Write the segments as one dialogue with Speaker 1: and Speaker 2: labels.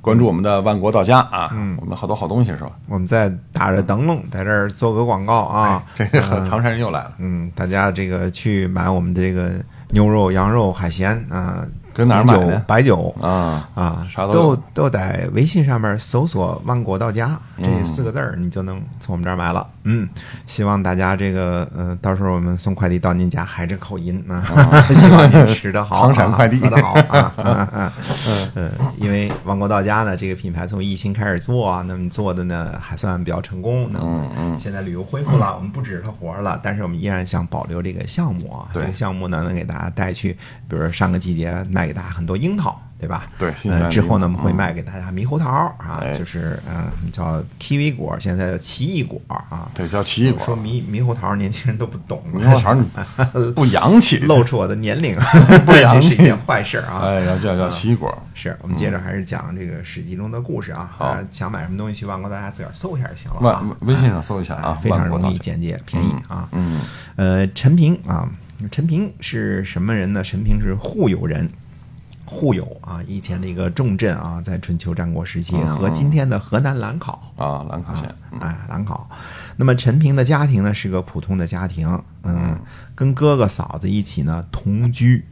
Speaker 1: 关注我们的万国到家啊！
Speaker 2: 嗯
Speaker 1: 我们好多好东西是吧？
Speaker 2: 我们在打着灯笼在这儿做个广告啊，
Speaker 1: 这个唐山人又来了，
Speaker 2: 嗯，大家这个去买我们这个牛肉、羊肉、海鲜啊，
Speaker 1: 跟哪儿
Speaker 2: 红
Speaker 1: 买
Speaker 2: 酒
Speaker 1: 呢
Speaker 2: 白酒
Speaker 1: 啊，
Speaker 2: 啊，
Speaker 1: 啥都
Speaker 2: 都
Speaker 1: 有
Speaker 2: 都在微信上面搜索“万国到家”这四个字儿，你就能从我们这儿买了。嗯，希望大家这个呃，到时候我们送快递到您家还是口音啊， 希望您吃的 好，
Speaker 1: 唐山快递
Speaker 2: 啊喝的好啊啊 啊！嗯，因为万国到家呢，这个品牌从疫情开始做啊，那么做的呢还算比较成功。那么
Speaker 1: 嗯
Speaker 2: 现在旅游恢复了，我们不指着它活儿了，但是我们依然想保留这个项目啊，这
Speaker 1: 对
Speaker 2: 个项目呢能给大家带去，比如说上个季节卖给大家很多樱桃。对吧？
Speaker 1: 对新西
Speaker 2: 呃，
Speaker 1: 兰
Speaker 2: 之
Speaker 1: 梨
Speaker 2: 后呢，我
Speaker 1: 嘛
Speaker 2: 们会
Speaker 1: 嗯
Speaker 2: 卖给大家猕猴桃儿啊，
Speaker 1: 哎
Speaker 2: 就是呃叫 kiwi 果儿，现在叫奇异果儿啊。
Speaker 1: 对，叫奇异
Speaker 2: 说
Speaker 1: 果。
Speaker 2: 猕猕猴桃儿，年轻人都不懂，
Speaker 1: 猕猴桃 你不洋气，
Speaker 2: 露出我的年 龄，啊
Speaker 1: 不洋
Speaker 2: 这是一
Speaker 1: 气
Speaker 2: 件坏事儿啊。
Speaker 1: 哎，要叫叫奇异果。
Speaker 2: 是我们接着还是讲这个《史记》中的故事啊。
Speaker 1: 好
Speaker 2: 大家想买什么东西去万国大家自个儿搜一下就行了啊
Speaker 1: 嗯万。微信上搜一下啊
Speaker 2: 哎，非常
Speaker 1: 万国到
Speaker 2: 容易、
Speaker 1: 家。
Speaker 2: 简洁、便宜啊。
Speaker 1: 嗯，
Speaker 2: 呃，陈平啊，陈平是什么人呢？陈平是户友人。户友啊，以前的一个重镇啊，在春秋战国时期
Speaker 1: 嗯
Speaker 2: 和今天的河南兰考
Speaker 1: 啊，兰考县
Speaker 2: 啊。，哎，兰考。那么陈平的家庭呢，是个普通的家庭，嗯，跟哥哥嫂子一起呢同居，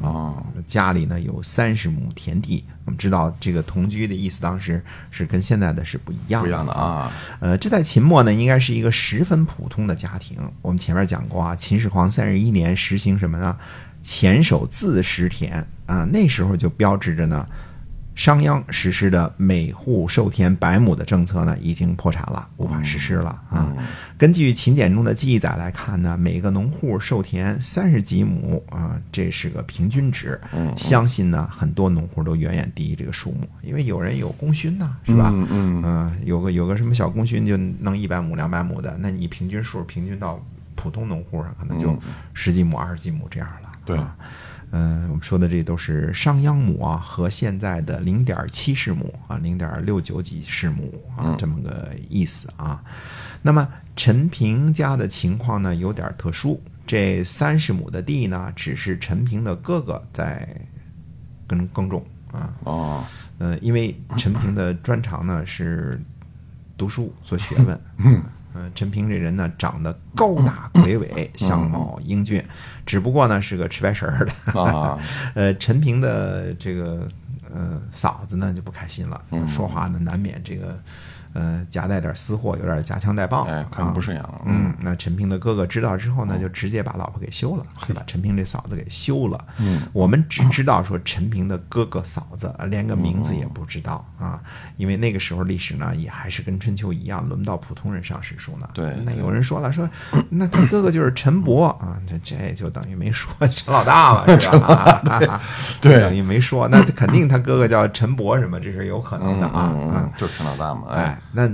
Speaker 1: 哦，
Speaker 2: 家里呢有三十亩田地。我们知道这个同居的意思，当时是跟现在的是不一样
Speaker 1: 不
Speaker 2: 的。
Speaker 1: 一样的啊，
Speaker 2: 呃，这在秦末呢，应该是一个十分普通的家庭。我们前面讲过啊，秦始皇三十一年实行什么呢？前手自食田啊，那时候就标志着呢，商鞅实施的每户授田百亩的政策呢，已经破产了，无法实施了啊。根据秦简中的记载来看呢，每个农户授田三十几亩啊，这是个平均值。
Speaker 1: 嗯
Speaker 2: 相信呢，很多农户都远远低于这个数目，因为有人有功勋呐、是吧？
Speaker 1: 嗯嗯。
Speaker 2: 嗯，有个有个什么小功勋就弄一百亩、两百亩的，那你平均数平均到普通农户上，可能就十几亩、二十几亩这样了。
Speaker 1: 嗯对
Speaker 2: 啊，嗯，我们说的这都是商鞅亩啊，和现在的零点七世亩啊，零点六九几世亩
Speaker 1: 嗯
Speaker 2: 啊，这么个意思啊。那么陈平家的情况呢，有点特殊。这三十亩的地呢，只是陈平的哥哥在耕耕种啊，
Speaker 1: 哦，
Speaker 2: 呃，因为陈平的专长呢是读书做学问。嗯，陈平这人呢长得高大魁伟，相貌英俊，只不过呢是个吃白食儿的。
Speaker 1: 啊，
Speaker 2: 呃，陈平的这个呃嫂子呢就不开心了，
Speaker 1: 嗯
Speaker 2: 说话呢难免这个呃夹带点私货，有点夹枪带棒。
Speaker 1: 哎，看
Speaker 2: 啊
Speaker 1: 着不顺眼了。哦
Speaker 2: 嗯，那陈平的哥哥知道之后呢，就直接把老婆给休了，就把陈平这嫂子给休了。嗯，我们只知道说陈平的哥哥嫂子，连个名字也不知道
Speaker 1: 哦
Speaker 2: 啊，因为那个时候历史呢也还是跟春秋一样，轮不到普通人上史书呢。
Speaker 1: 对
Speaker 2: 那有人说了，说那他哥哥就是陈伯啊，这这就等于没说陈老大嘛，是吧？啊
Speaker 1: 对
Speaker 2: 等于没说，那肯定他哥哥叫陈伯什么，这是有可能的啊
Speaker 1: 嗯
Speaker 2: 啊
Speaker 1: 嗯，。就是陈老大嘛，哎
Speaker 2: 哎，，那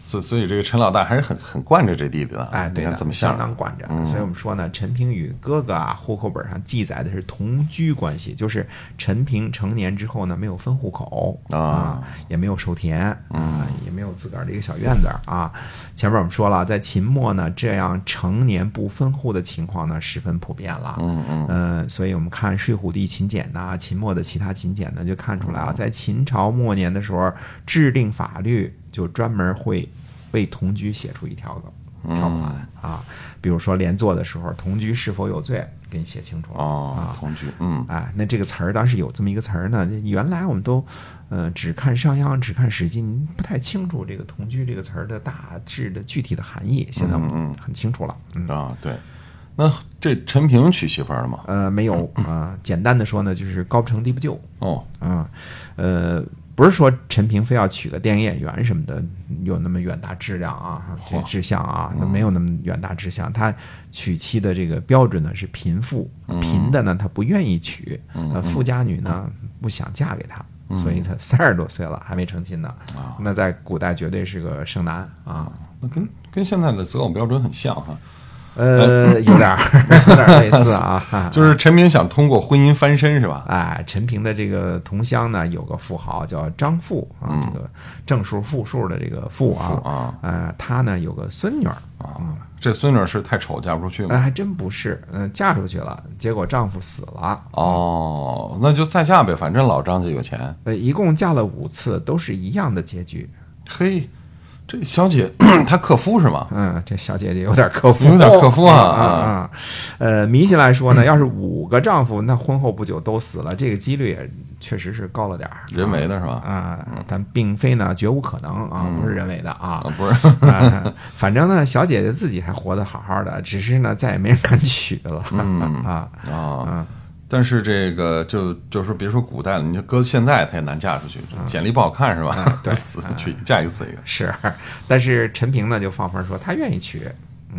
Speaker 1: 所所以这个陈老大还是很很惯着这弟弟的，啊
Speaker 2: 哎，对
Speaker 1: 你
Speaker 2: 的，
Speaker 1: 看怎么嗯像
Speaker 2: 相当管着。所以我们说呢，陈平与哥哥啊，户口本上记载的是同居关系，就是陈平成年之后呢，没有分户口
Speaker 1: 啊
Speaker 2: 也没有授田啊，也没有自个儿的一个小院子儿啊。前面我们说了，在秦末呢，这样成年不分户的情况呢，十分普遍了。嗯嗯，呃，所以我们看《睡虎地秦简》呐，秦末的其他秦简呢，就看出来啊，在秦朝末年的时候，制定法律就专门会为同居写出一条个条款啊，比如说连坐的时候，同居是否有罪，给你写清楚了
Speaker 1: 哦
Speaker 2: 啊，。
Speaker 1: 同居，嗯，
Speaker 2: 哎，那这个词儿当时有这么一个词儿呢，原来我们都，呃，只看商鞅，只看《史记》，你不太清楚这个“同居”这个词儿的大致的具体的含义。现在我们很清楚了。嗯，
Speaker 1: 啊，对，那这陈平娶媳妇儿了吗？
Speaker 2: 呃，没有啊、呃简单的说呢，就是高不成低不就
Speaker 1: 哦，
Speaker 2: 啊、呃，不是说陈平非要娶个电影演员什么的，有那么远大志量啊，这
Speaker 1: 嚯
Speaker 2: 志向啊，那没有那么远大志向。他娶妻的这个标准呢是贫富，贫的呢他不愿意娶，呃，富家女呢不想嫁给他。所以他三十多岁了还没成亲呢，那在古代绝对是个剩男啊！
Speaker 1: 那跟跟现在的择偶标准很像哈，
Speaker 2: 呃，有点儿 有点儿类似啊。啊
Speaker 1: 就是陈明想通过婚姻翻身是吧？
Speaker 2: 哎，陈平的这个同乡呢，有个富豪叫张富啊，这个正数负数的这个富啊，
Speaker 1: 嗯富啊
Speaker 2: 呃，他呢有个孙女儿，
Speaker 1: 这孙女是太丑嫁不出去
Speaker 2: 哎、
Speaker 1: 吗？
Speaker 2: 还真不是，嗯、嫁出去了，结果丈夫死了，
Speaker 1: 哦，那就再嫁呗，反正老张家有钱。
Speaker 2: 呃，一共嫁了五次，都是一样的结局。
Speaker 1: 嘿，这小姐 她克夫是吗？
Speaker 2: 嗯，这小姐姐有点克夫，
Speaker 1: 有点克夫啊
Speaker 2: 啊啊！呃，迷信来说呢，要是五个丈夫，那婚后不久都死了，这个几率也确实是高了点儿。
Speaker 1: 人为的是吧？
Speaker 2: 啊，但并非呢绝无可能啊，不是人为的啊
Speaker 1: 嗯啊，。不 是，
Speaker 2: 啊，反正呢，小姐姐自己还活得好好的，只是呢，再也没人敢娶了、
Speaker 1: 嗯
Speaker 2: 啊。
Speaker 1: 啊。但是这个就就是别说古代了，你就搁现在她也难嫁出去，简历不好看是 吧？
Speaker 2: 嗯对嗯
Speaker 1: 死娶嫁一个死一
Speaker 2: 是，但是陈平呢就放话说他愿意娶，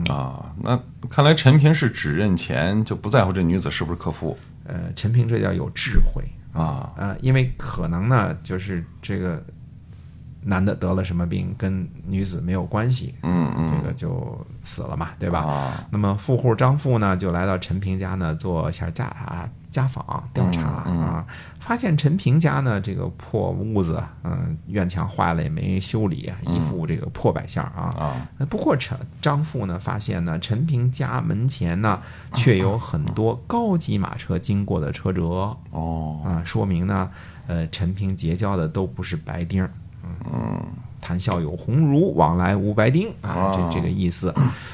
Speaker 1: 个啊。那看来陈平是只认钱，就不在乎这女子是不是克夫
Speaker 2: 呃，陈平这叫有智慧，
Speaker 1: 啊。
Speaker 2: 呃，因为可能呢就是这个男的得了什么病跟女子没有关系，
Speaker 1: 嗯嗯，
Speaker 2: 这个就死了嘛，对吧？
Speaker 1: 啊
Speaker 2: 那么富户张富呢，就来到陈平家呢做一下家啊家访调查、啊，发现陈平家呢这个破屋子，嗯、院墙坏了也没修理啊，一副这个破摆相啊。
Speaker 1: 啊
Speaker 2: 那不过陈张富呢发现呢，陈平家门前呢却有很多高级马车经过的车辙
Speaker 1: 哦，
Speaker 2: 啊，说明呢，呃，陈平结交的都不是白丁儿。嗯，谈笑有鸿儒，往来无白丁啊，
Speaker 1: 哦
Speaker 2: 这这个意 思。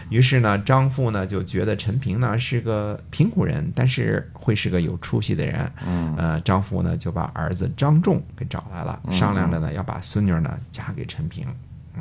Speaker 2: 于是呢，张富呢就觉得陈平呢是个贫苦人，但是会是个有出息的人。嗯，呃，张富呢就把儿子张仲给找来了，
Speaker 1: 嗯
Speaker 2: 商量着呢要把孙女儿呢嫁给陈平。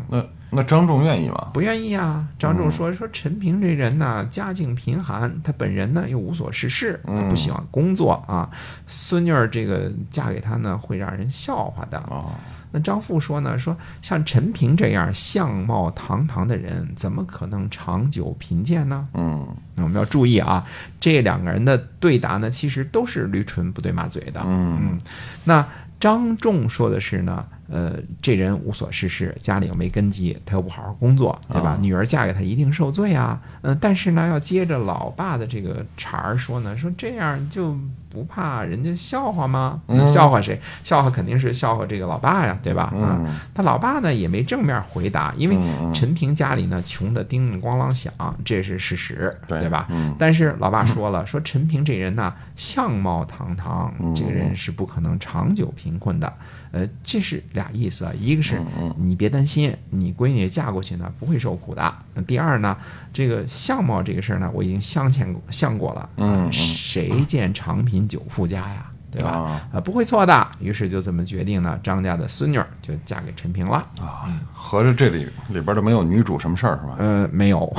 Speaker 1: 那那张仲愿意吗？
Speaker 2: 不愿意啊。张
Speaker 1: 嗯
Speaker 2: 仲说说陈平这人呢，家境贫寒，他本人呢又无所事事，
Speaker 1: 嗯
Speaker 2: 不喜欢工作啊。孙女儿这个嫁给他呢，会让人笑话的。
Speaker 1: 哦，
Speaker 2: 那张富说呢，说像陈平这样相貌堂堂的人，怎么可能长久贫贱呢？
Speaker 1: 嗯
Speaker 2: 那我们要注意啊，这两个人的对答呢，其实都是驴唇不对马嘴的。
Speaker 1: 嗯
Speaker 2: 那张仲说的是呢，呃，这人无所事事，家里又没根基，他又不好好工作，对吧？女儿嫁给他一定受罪啊。嗯、但是呢，要接着老爸的这个茬儿说呢，说这样就不怕人家笑话吗？笑话谁？笑话肯定是笑话这个老爸呀，对吧？啊，他老爸呢也没正面回答，因为陈平家里呢穷的叮铃咣啷响，这是事实，
Speaker 1: 对
Speaker 2: 吧？但是老爸说了，说陈平这人呐，相貌堂堂，这个人是不可能长久贫困的。呃，这是俩意思啊，一个是你别担心，你闺女嫁过去呢不会受苦的。那第二呢，这个相貌这个事儿呢，我已经相见过相过了，嗯，谁见长贫久富家呀？对吧？
Speaker 1: 啊
Speaker 2: 呃，不会错的。于是就这么决定呢，张家的孙女儿就嫁给陈平了。
Speaker 1: 啊，合着这里里边都没有女主什么事儿是吧？
Speaker 2: 呃，没有，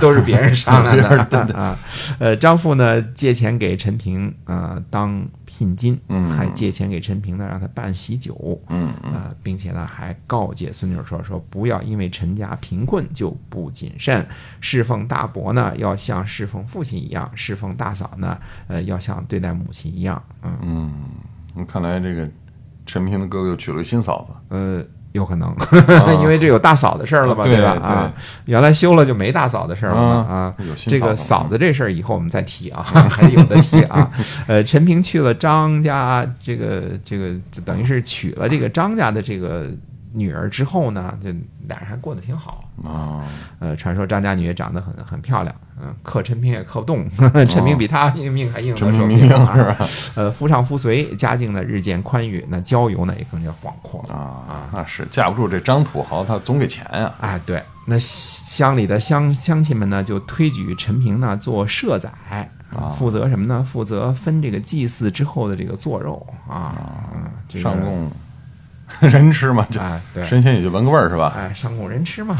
Speaker 2: 都是别人商量 的啊。呃，张富呢借钱给陈平呃当聘金，还借钱给陈平呢让他办喜酒，嗯呃，并且呢还告诫孙女儿说说不要因为陈家贫困就不谨慎，侍奉大伯呢要像侍奉父亲一样，侍奉大嫂呢呃要像对待母亲一样，嗯
Speaker 1: 嗯看来这个陈平的哥哥又娶了个新嫂子。
Speaker 2: 呃，有可能， 因为这有大嫂的事儿了嘛，
Speaker 1: 啊对
Speaker 2: 吧？
Speaker 1: 对
Speaker 2: 啊，原来修了就没大嫂的事儿了嘛
Speaker 1: 啊
Speaker 2: 啊
Speaker 1: 有。新
Speaker 2: 这个
Speaker 1: 嫂
Speaker 2: 嫂子这事儿以后我们再提啊， 还有的提 啊。呃，陈平去了张家，这个这个就等于是娶了这个张家的这个女儿之后呢，就俩人还过得挺好。
Speaker 1: 啊，
Speaker 2: 呃，传说张家女也长得很很漂亮，嗯、克陈平也克不动，呵呵陈平比 他命命还硬
Speaker 1: 哦陈
Speaker 2: 呢，
Speaker 1: 平
Speaker 2: 说不
Speaker 1: 明
Speaker 2: 定
Speaker 1: 明
Speaker 2: 啊
Speaker 1: 是吧？
Speaker 2: 呃，夫唱妇随，家境呢日渐宽裕，那交友呢也更加广阔了。
Speaker 1: 啊，那是架不住这张土豪他总给钱啊呀、
Speaker 2: 哎，对，那乡里的乡乡亲们呢，就推举陈平呢做社宰，啊
Speaker 1: 哦
Speaker 2: 负责什么呢？负责分这个祭祀之后的这个做肉啊，嗯，这个
Speaker 1: 哦上供 人吃嘛，就、
Speaker 2: 哎对
Speaker 1: 神仙也就闻个味儿是吧？
Speaker 2: 哎，上供人吃嘛，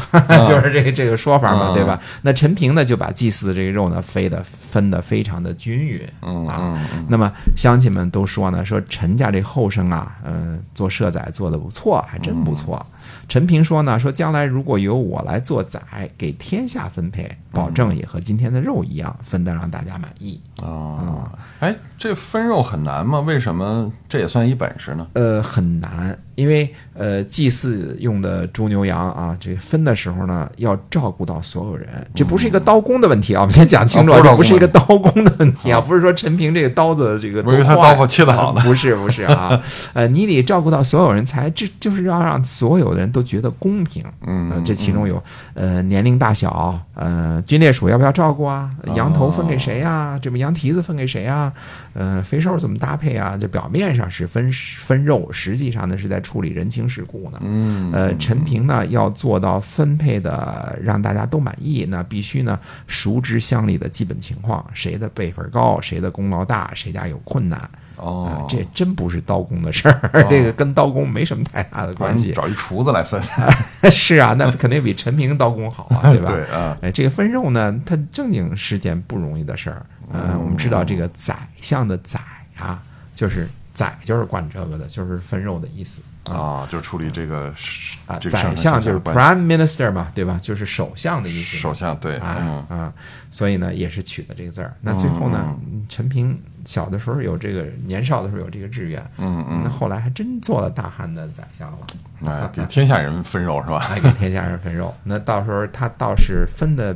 Speaker 2: 就是这个这个说法嘛，对吧？那陈平呢，就把祭祀这个肉呢，飞得分得非常的均匀啊。那么乡亲们都说呢，说陈家这后生啊，嗯、做社宰做得不错，还真不错。陈平说呢，说将来如果由我来做宰，给天下分配，保证也和今天的肉一样，分得让大家满意。
Speaker 1: 哦，哎，这分肉很难吗？为什么这也算一本事呢？
Speaker 2: 呃，很难，因为呃，祭祀用的猪牛羊啊，这分的时候呢，要照顾到所有人，这不是一个刀工的问题啊，我们先讲清楚，
Speaker 1: 啊
Speaker 2: 啊，
Speaker 1: 不是
Speaker 2: 这
Speaker 1: 刀工
Speaker 2: 不是一个刀工的问题
Speaker 1: 哦
Speaker 2: 啊，不是说陈平这个刀子这个
Speaker 1: 不是
Speaker 2: 多
Speaker 1: 他
Speaker 2: 坏
Speaker 1: 刀法切得好 呢
Speaker 2: 不是不是啊， 呃，你得照顾到所有人才，这就是要让所有的人都觉得公平，嗯、这其中有呃年龄大小，呃，军烈属要不要照顾啊，
Speaker 1: 哦
Speaker 2: 羊头分给谁呀、这不羊蹄子分给谁呀、呃，肥瘦怎么搭配啊？这表面上是分分肉，实际上呢是在处理人情世故呢。
Speaker 1: 嗯，
Speaker 2: 呃，陈平呢要做到分配的让大家都满意，那必须呢熟知乡里的基本情况，谁的辈分高，谁的功劳大，谁家有困难。啊
Speaker 1: 哦，，
Speaker 2: 这真不是刀工的事儿， 这个跟刀工没什么太大的
Speaker 1: 不然
Speaker 2: 关
Speaker 1: 你
Speaker 2: 系。
Speaker 1: 找一厨子来分，
Speaker 2: 是啊，那肯定比陈平刀工好 啊，对吧？
Speaker 1: 对啊，
Speaker 2: 哎，这个分肉呢，它正经是件不容易的事儿。呃，我们知道这个宰相的宰啊，就是宰就是管这个的，就是分肉的意思啊。
Speaker 1: 啊，就处理这个是
Speaker 2: 啊，
Speaker 1: 这个上
Speaker 2: 宰
Speaker 1: 上
Speaker 2: 相
Speaker 1: 下下
Speaker 2: 就是
Speaker 1: 关系
Speaker 2: prime minister 嘛，对吧？就是首相的意思嘛。
Speaker 1: 首相 对，
Speaker 2: 啊
Speaker 1: 嗯，
Speaker 2: 啊，所以呢，也是取的这个字儿。那最后呢，
Speaker 1: 嗯
Speaker 2: 陈平小的时候有这个，年少的时候有这个志愿，
Speaker 1: 嗯
Speaker 2: 嗯，那后来还真做了大汉的宰相了。
Speaker 1: 哎，给天下人分肉是 吧？
Speaker 2: 来给天下人分肉。那到时候他倒是分的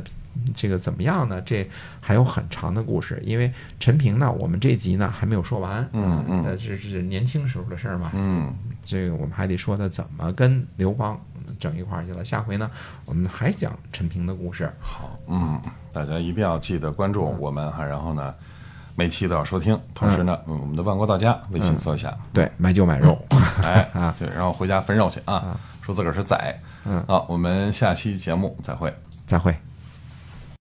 Speaker 2: 这个怎么样呢？这还有很长的故事，因为陈平呢，我们这集呢还没有说完，
Speaker 1: 嗯嗯
Speaker 2: 呃这是年轻时候的事儿嘛，
Speaker 1: 嗯，
Speaker 2: 这个我们还得说他怎么跟刘邦整一块儿去了。下回呢，我们还讲陈平的故事。
Speaker 1: 好，嗯，大家一定要记得关注
Speaker 2: 嗯
Speaker 1: 我们哈，然后呢，每期都要收听，同时呢，
Speaker 2: 嗯
Speaker 1: 嗯我们的万国到家微信搜一下，
Speaker 2: 对，买酒买 肉，
Speaker 1: 哎，对，然后啊
Speaker 2: 啊
Speaker 1: 回家分肉去啊，说自个儿是宰，嗯，好，我们下期节目再会。
Speaker 2: 再会。